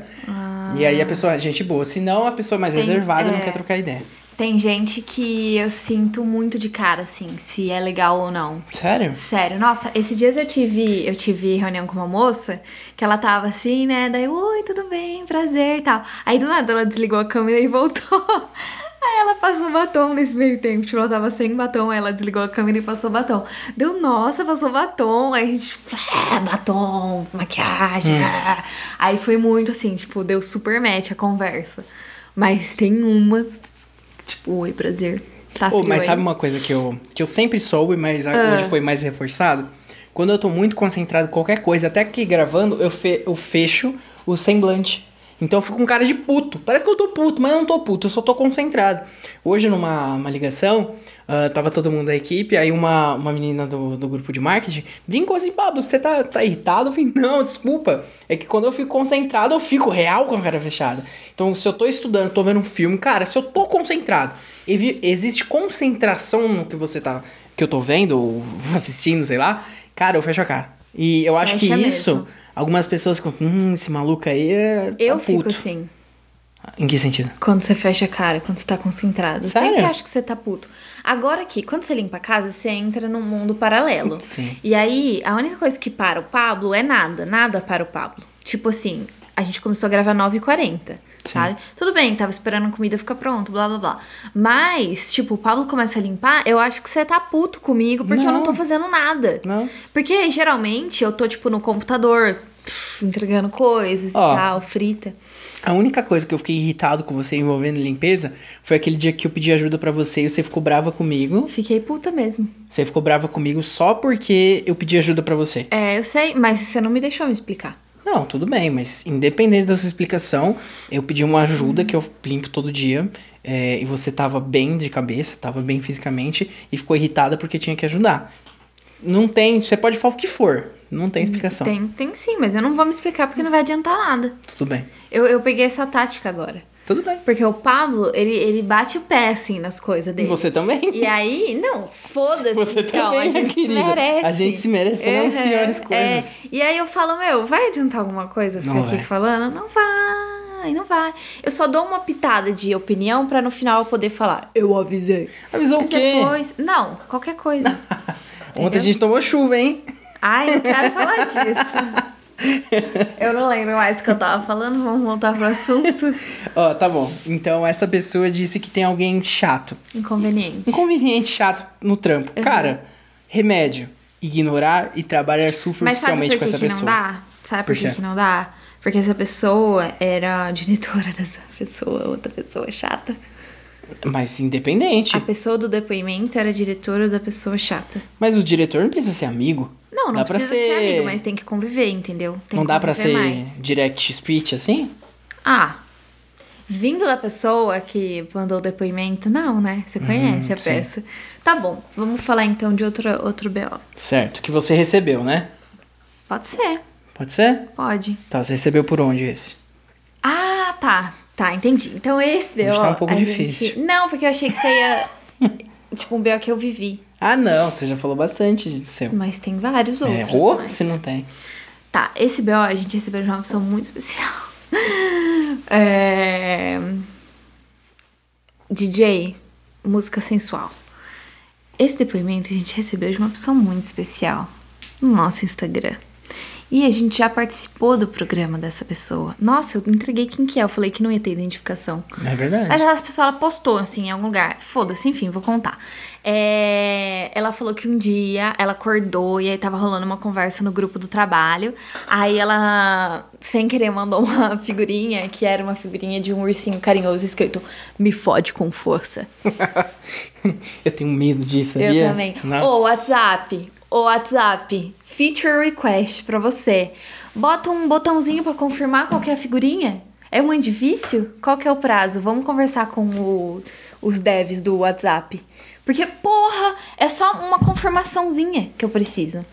Speaker 2: E aí a pessoa é gente boa. Se não, a pessoa é mais
Speaker 1: Ah. Tem-
Speaker 2: reservada não
Speaker 1: é.
Speaker 2: quer trocar ideia.
Speaker 1: Tem gente que eu sinto muito de cara, assim, se é legal ou não.
Speaker 2: Sério?
Speaker 1: Sério, nossa, esses dias eu tive, eu tive reunião com uma moça que ela tava assim, né? Daí, oi, tudo bem, prazer e tal. Aí do nada ela desligou a câmera e voltou. <laughs> Aí ela passou batom nesse meio tempo. Tipo, ela tava sem batom, aí ela desligou a câmera e passou batom. Deu, nossa, passou batom. Aí a gente, tipo, "Ah, batom,
Speaker 2: Hum.
Speaker 1: maquiagem. ah." Aí foi muito assim, tipo, deu super match a conversa. Mas tem umas, tipo, oi, prazer. Tá
Speaker 2: Ô,
Speaker 1: frio
Speaker 2: mas
Speaker 1: aí?" Ah.
Speaker 2: sabe uma coisa que eu, que eu sempre soube, mas a- hoje foi mais reforçado? Quando eu tô muito concentrado em qualquer coisa, até que gravando, eu, fe, eu fecho o semblante. Então eu fico com cara de puto. Parece que eu tô puto, mas eu não tô puto, eu só tô concentrado. Hoje, numa uma ligação, ah, tava todo mundo da equipe, aí uma, uma menina do, do grupo de marketing brincou assim, Pablo, você tá, tá irritado? Eu falei, não, desculpa. É que quando eu fico concentrado, eu fico real com a cara fechada. Então, se eu tô estudando, tô vendo um filme, cara, se eu tô concentrado, evi- existe concentração no que você tá. que eu tô vendo, ou <laughs> assistindo, sei lá, cara, eu fecho a cara. E eu acho que
Speaker 1: Fecha mesmo.
Speaker 2: isso, algumas pessoas ficam, hum, esse maluco aí é. tá
Speaker 1: Eu fico
Speaker 2: puto.
Speaker 1: assim.
Speaker 2: Em que sentido?
Speaker 1: Quando você fecha a cara, quando você tá concentrado. Eu
Speaker 2: Sério?
Speaker 1: Sempre acho que você tá puto. Agora aqui, quando você limpa a casa, você entra num mundo paralelo.
Speaker 2: Sim.
Speaker 1: E aí, a única coisa que para o Pablo é nada. Nada para o Pablo. Tipo assim, a gente começou a gravar 9h40, sabe? Tudo bem, tava esperando a comida ficar pronta, blá blá blá. Mas, tipo, o Pablo começa a limpar, eu acho que você tá puto comigo porque eu não
Speaker 2: Não.
Speaker 1: tô fazendo nada.
Speaker 2: Não.
Speaker 1: Porque geralmente eu tô, tipo, no computador, <sniffs> pff, entregando coisas
Speaker 2: Ó.
Speaker 1: e tal, frita.
Speaker 2: A única coisa que eu fiquei irritado com você envolvendo limpeza foi aquele dia que eu pedi ajuda pra você e você ficou brava comigo.
Speaker 1: Fiquei puta mesmo.
Speaker 2: Você ficou brava comigo só porque eu pedi ajuda pra você.
Speaker 1: É, eu sei, mas você não me deixou me explicar.
Speaker 2: Não, tudo bem, mas independente da sua explicação, eu pedi uma ajuda que eu limpo todo dia. é, e você tava bem de cabeça, tava bem fisicamente e ficou irritada porque tinha que ajudar. Não tem, você pode falar o que for, não tem explicação.
Speaker 1: Tem, tem sim, mas eu não vou me explicar porque não vai adiantar nada.
Speaker 2: Tudo bem.
Speaker 1: Eu, eu peguei essa tática agora.
Speaker 2: Tudo bem.
Speaker 1: Porque o Pablo, ele, ele bate o pé, assim, nas coisas
Speaker 2: E
Speaker 1: dele.
Speaker 2: você também.
Speaker 1: E aí, não, foda-se.
Speaker 2: Você
Speaker 1: então,
Speaker 2: também,
Speaker 1: a gente
Speaker 2: minha
Speaker 1: se
Speaker 2: querida.
Speaker 1: merece.
Speaker 2: A gente se merece também as
Speaker 1: Uhum,
Speaker 2: piores
Speaker 1: é.
Speaker 2: coisas.
Speaker 1: E aí eu falo, meu, vai adiantar alguma coisa ficar
Speaker 2: Não
Speaker 1: aqui
Speaker 2: vai.
Speaker 1: falando? Não vai, não vai. Eu só dou uma pitada de opinião pra no final eu poder falar, eu avisei.
Speaker 2: Avisou
Speaker 1: Mas é
Speaker 2: o quê?
Speaker 1: depois. Não, qualquer coisa.
Speaker 2: Ontem a gente tomou chuva, hein?
Speaker 1: Ai, não quero falar disso.
Speaker 2: <laughs>
Speaker 1: Eu não lembro mais o que eu tava falando, vamos voltar pro assunto.
Speaker 2: Ó, tá bom. Então essa pessoa disse que tem alguém chato.
Speaker 1: Inconveniente.
Speaker 2: Inconveniente, chato no trampo.
Speaker 1: Uhum.
Speaker 2: Cara, remédio. Ignorar e trabalhar
Speaker 1: Mas sabe por
Speaker 2: superficialmente
Speaker 1: que,
Speaker 2: com essa
Speaker 1: que não
Speaker 2: pessoa.
Speaker 1: dá? Sabe por,
Speaker 2: Por
Speaker 1: que,
Speaker 2: quê?
Speaker 1: que não dá? Porque essa pessoa era a diretora <laughs> dessa pessoa, outra pessoa chata.
Speaker 2: Mas independente.
Speaker 1: A pessoa do depoimento era a diretora da pessoa chata.
Speaker 2: Mas o diretor não precisa ser amigo.
Speaker 1: Não, não
Speaker 2: Dá pra
Speaker 1: precisa ser... amigo, mas tem que conviver, entendeu? Tem
Speaker 2: não
Speaker 1: que
Speaker 2: dá pra
Speaker 1: conviver
Speaker 2: ser
Speaker 1: mais.
Speaker 2: direct speech assim?
Speaker 1: Ah, vindo da pessoa que mandou o depoimento, não, né? Você conhece a
Speaker 2: Hum, sim.
Speaker 1: peça. Tá bom, vamos falar então de outro, outro BO.
Speaker 2: Certo. Que você recebeu, né?
Speaker 1: Pode ser,
Speaker 2: Pode ser?
Speaker 1: pode.
Speaker 2: Tá, você recebeu por onde esse?
Speaker 1: Ah, tá. Tá, entendi. Então esse B.O.
Speaker 2: Hoje tá um pouco
Speaker 1: a
Speaker 2: difícil.
Speaker 1: gente- Não, porque eu achei que você ia... <laughs> tipo, um B.O. que eu vivi.
Speaker 2: Ah, não, você já falou bastante do seu.
Speaker 1: Mas tem vários
Speaker 2: É,
Speaker 1: outros.
Speaker 2: ô,
Speaker 1: mas-
Speaker 2: se não tem.
Speaker 1: Tá, esse B.O. a gente recebeu de uma pessoa muito especial. <laughs> É... DJ, música sensual. Esse depoimento a gente recebeu de uma pessoa muito especial no nosso Instagram. E a gente já participou do programa dessa pessoa. Nossa, eu entreguei quem que é, eu falei que não ia ter identificação.
Speaker 2: É
Speaker 1: <laughs>
Speaker 2: verdade.
Speaker 1: Mas essa pessoa ela postou assim em algum lugar. Foda-se, enfim, vou contar. É, ela falou que um dia ela acordou e aí tava rolando uma conversa no grupo do trabalho. Aí ela, sem querer, mandou uma <laughs> figurinha que era uma figurinha de um ursinho carinhoso escrito: Me fode com força.
Speaker 2: Eu tenho medo disso,
Speaker 1: Eu
Speaker 2: sabia?
Speaker 1: também.
Speaker 2: Nossa.
Speaker 1: Ô, WhatsApp. Ô, WhatsApp. Feature request pra você. Bota um botãozinho pra confirmar qual que é a figurinha. É muito difícil? Qual que é o prazo? Vamos conversar com o- os devs do WhatsApp. Porque, porra, é só uma confirmaçãozinha que eu preciso.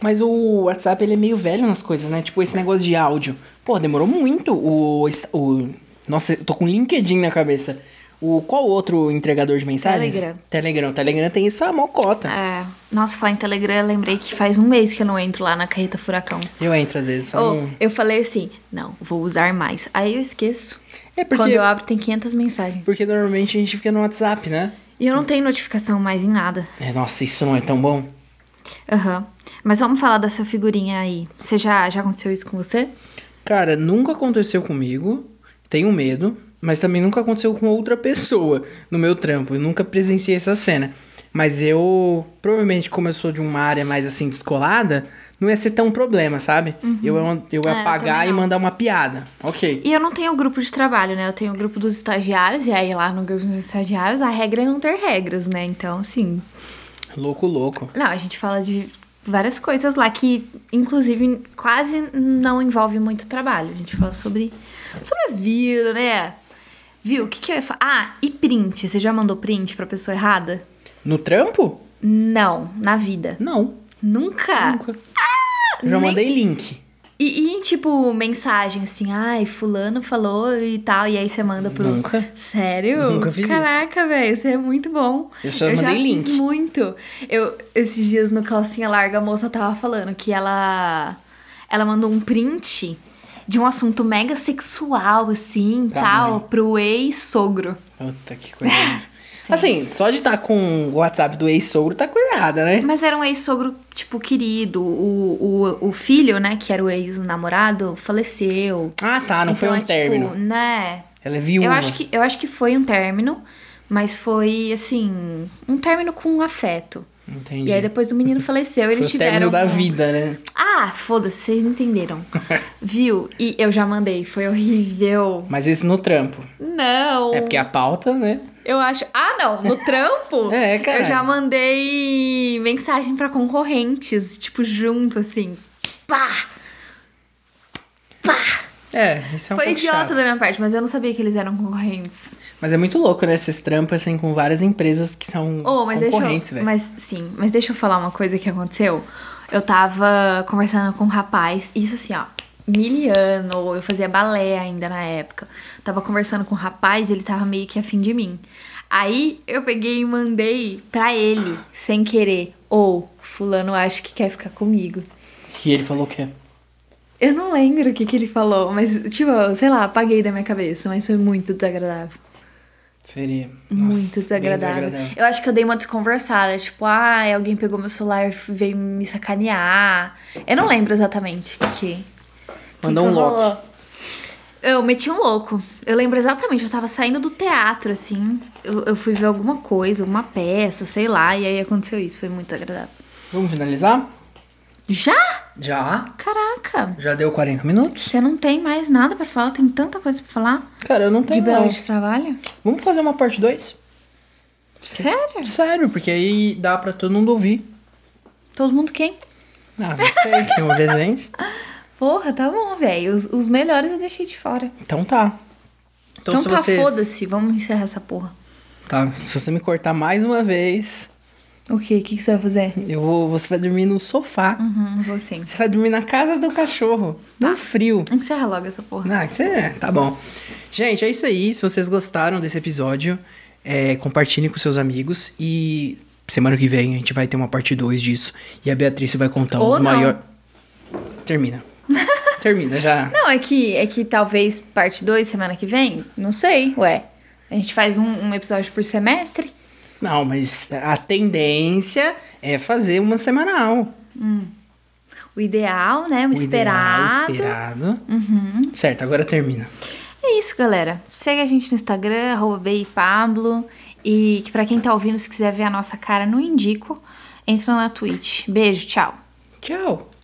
Speaker 2: Mas o WhatsApp, ele é meio velho nas coisas, né? Tipo, esse negócio de áudio. Pô, demorou muito o... insta- o... Nossa, eu tô com um LinkedIn na cabeça. O qual outro entregador de mensagens?
Speaker 1: Telegram.
Speaker 2: Telegram. Telegram tem isso a mocota.
Speaker 1: É, nossa, falar em Telegram, eu lembrei que faz um mês que eu não entro lá na carreta furacão.
Speaker 2: Eu entro às vezes, só
Speaker 1: Ou
Speaker 2: não-
Speaker 1: eu falei assim, não, vou usar mais. Aí eu esqueço.
Speaker 2: É porque-
Speaker 1: Quando eu abro tem 500 mensagens.
Speaker 2: Porque normalmente a gente fica no WhatsApp, né?
Speaker 1: E eu não tenho notificação mais em nada.
Speaker 2: É, nossa, isso não é tão bom.
Speaker 1: Aham. Mas vamos falar dessa figurinha aí. Você já, já aconteceu isso com você?
Speaker 2: Cara, nunca aconteceu comigo. Tenho medo, mas também nunca aconteceu com outra pessoa no meu trampo. Eu nunca presenciei essa cena. Mas eu, provavelmente, como eu sou de uma área mais assim descolada, não ia ser tão problema, sabe? Eu, ia- eu ia
Speaker 1: É, eu
Speaker 2: apagar
Speaker 1: também
Speaker 2: e
Speaker 1: não.
Speaker 2: mandar uma piada. Ok.
Speaker 1: E eu não tenho grupo de trabalho, né? Eu tenho o grupo dos estagiários, e aí lá no grupo dos estagiários a regra é não ter regras, né? Então, assim.
Speaker 2: Louco, louco.
Speaker 1: Não, a gente fala de várias coisas lá que, inclusive, quase não envolve muito trabalho. A gente fala sobre, sobre a vida, né? Viu? O que, que eu ia falar? Ah, e print. Você já mandou print pra pessoa errada?
Speaker 2: No trampo?
Speaker 1: Não, na vida.
Speaker 2: Não.
Speaker 1: Nunca?
Speaker 2: Nunca. Eu já
Speaker 1: Ah. nem-
Speaker 2: mandei link.
Speaker 1: E, e, tipo, mensagem assim, ai, fulano falou e tal, e aí você manda pro.
Speaker 2: Nunca.
Speaker 1: Sério?
Speaker 2: Nunca fiz isso.
Speaker 1: Caraca, velho, você é muito bom.
Speaker 2: Eu só
Speaker 1: já
Speaker 2: mandei
Speaker 1: fiz
Speaker 2: link.
Speaker 1: muito. Eu, esses dias no Calcinha Larga, a moça tava falando que ela. Ela mandou um print de um assunto mega sexual, assim,
Speaker 2: Pra
Speaker 1: tal,
Speaker 2: mãe.
Speaker 1: pro ex-sogro.
Speaker 2: Puta
Speaker 1: <laughs>
Speaker 2: que coisa. horrível. assim, só de estar com o WhatsApp do ex-sogro tá coisa errada, né?
Speaker 1: Mas era um ex-sogro, tipo, querido. O, o, o filho, né, que era o ex-namorado, faleceu.
Speaker 2: Ah, tá. Não foi um
Speaker 1: Então é,
Speaker 2: término.
Speaker 1: Tipo, né?
Speaker 2: Ela é viúva.
Speaker 1: Eu acho, que, eu acho que foi um término, mas foi, assim, um término com afeto.
Speaker 2: Entendi.
Speaker 1: E aí depois o
Speaker 2: <laughs>
Speaker 1: menino faleceu, eles
Speaker 2: Foi o
Speaker 1: tiveram.
Speaker 2: término da
Speaker 1: um-
Speaker 2: vida, né?
Speaker 1: Ah, foda-se, vocês
Speaker 2: <laughs>
Speaker 1: entenderam. Viu? E eu já mandei, foi horrível.
Speaker 2: Mas isso no trampo.
Speaker 1: Não.
Speaker 2: É porque a pauta, né?
Speaker 1: Eu acho. Ah, não, no trampo?
Speaker 2: <laughs> É, caralho.
Speaker 1: Eu já mandei mensagem pra concorrentes, tipo, junto, assim. Pá! Pá!
Speaker 2: É, isso é um
Speaker 1: foi
Speaker 2: pouco
Speaker 1: idiota né?
Speaker 2: chato.
Speaker 1: da minha parte, mas eu não sabia que eles eram concorrentes.
Speaker 2: Mas é muito louco, né? Esses trampos, assim, com várias empresas que são
Speaker 1: Oh, mas deixa
Speaker 2: concorrentes,
Speaker 1: eu,
Speaker 2: velho.
Speaker 1: mas sim, mas deixa eu falar uma coisa que aconteceu. Eu tava conversando com um rapaz, isso assim, ó, miliano, eu fazia balé ainda na época. Tava conversando com um rapaz, ele tava meio que afim de mim. Aí eu peguei e mandei pra ele, sem querer, ou fulano acho que quer ficar comigo.
Speaker 2: E ele falou o quê?
Speaker 1: Eu não lembro o que que ele falou, mas tipo, sei lá, apaguei da minha cabeça, mas foi muito desagradável.
Speaker 2: Seria. Nossa,
Speaker 1: Muito
Speaker 2: bem
Speaker 1: desagradável. Eu acho que eu dei uma desconversada, tipo, ah, alguém pegou meu celular e veio me sacanear. Eu não lembro exatamente o que. que
Speaker 2: Mandou um
Speaker 1: rolou.
Speaker 2: lock.
Speaker 1: Eu meti um louco. Eu lembro exatamente, eu tava saindo do teatro, assim. Eu, eu fui ver alguma coisa, alguma peça, sei lá, e aí aconteceu isso. Foi muito agradável.
Speaker 2: Vamos finalizar?
Speaker 1: Já?
Speaker 2: Já.
Speaker 1: Caraca!
Speaker 2: Já deu 40 minutos?
Speaker 1: Você não tem mais nada pra falar? Tem tanta coisa pra falar?
Speaker 2: Cara, eu não
Speaker 1: De
Speaker 2: tenho
Speaker 1: belo
Speaker 2: mais.
Speaker 1: de trabalho?
Speaker 2: Vamos fazer uma parte 2?
Speaker 1: Sério?
Speaker 2: Sério, porque aí dá pra todo mundo ouvir.
Speaker 1: Todo mundo quem?
Speaker 2: Ah, não sei quem ouve a gente.
Speaker 1: Porra, tá bom, velho. Os- os melhores eu deixei de fora.
Speaker 2: Então tá. Então,
Speaker 1: Então,
Speaker 2: se
Speaker 1: tá,
Speaker 2: vocês...
Speaker 1: foda-se, vamos encerrar essa porra.
Speaker 2: Tá, se você me cortar mais uma vez,
Speaker 1: O quê? O que, que você vai fazer?
Speaker 2: Eu vou, você vai dormir no sofá.
Speaker 1: Uhum, vou sim.
Speaker 2: Você vai dormir na casa do cachorro.
Speaker 1: Tá.
Speaker 2: No frio.
Speaker 1: Encerra logo essa porra.
Speaker 2: Ah, isso é. Tá bom. Gente, é isso aí. Se vocês gostaram desse episódio, é, compartilhem com seus amigos. E semana que vem a gente vai ter uma parte 2 disso. E a Beatriz vai contar
Speaker 1: Ou
Speaker 2: os
Speaker 1: não.
Speaker 2: maiores.
Speaker 1: <laughs>
Speaker 2: Termina. Termina já.
Speaker 1: Não, é que, é que talvez parte 2 semana que vem? Não sei, ué. A gente faz um, um episódio por semestre?
Speaker 2: Não, mas a tendência é fazer uma semanal.
Speaker 1: O ideal, né? O,
Speaker 2: O ideal,
Speaker 1: esperado. Uhum.
Speaker 2: esperado. Certo, agora termina.
Speaker 1: É isso, galera. Segue a gente no Instagram, arroba beipablo. E que pra quem tá ouvindo, se quiser ver a nossa cara, não indico. Entra na Twitch. Beijo, tchau.
Speaker 2: Tchau.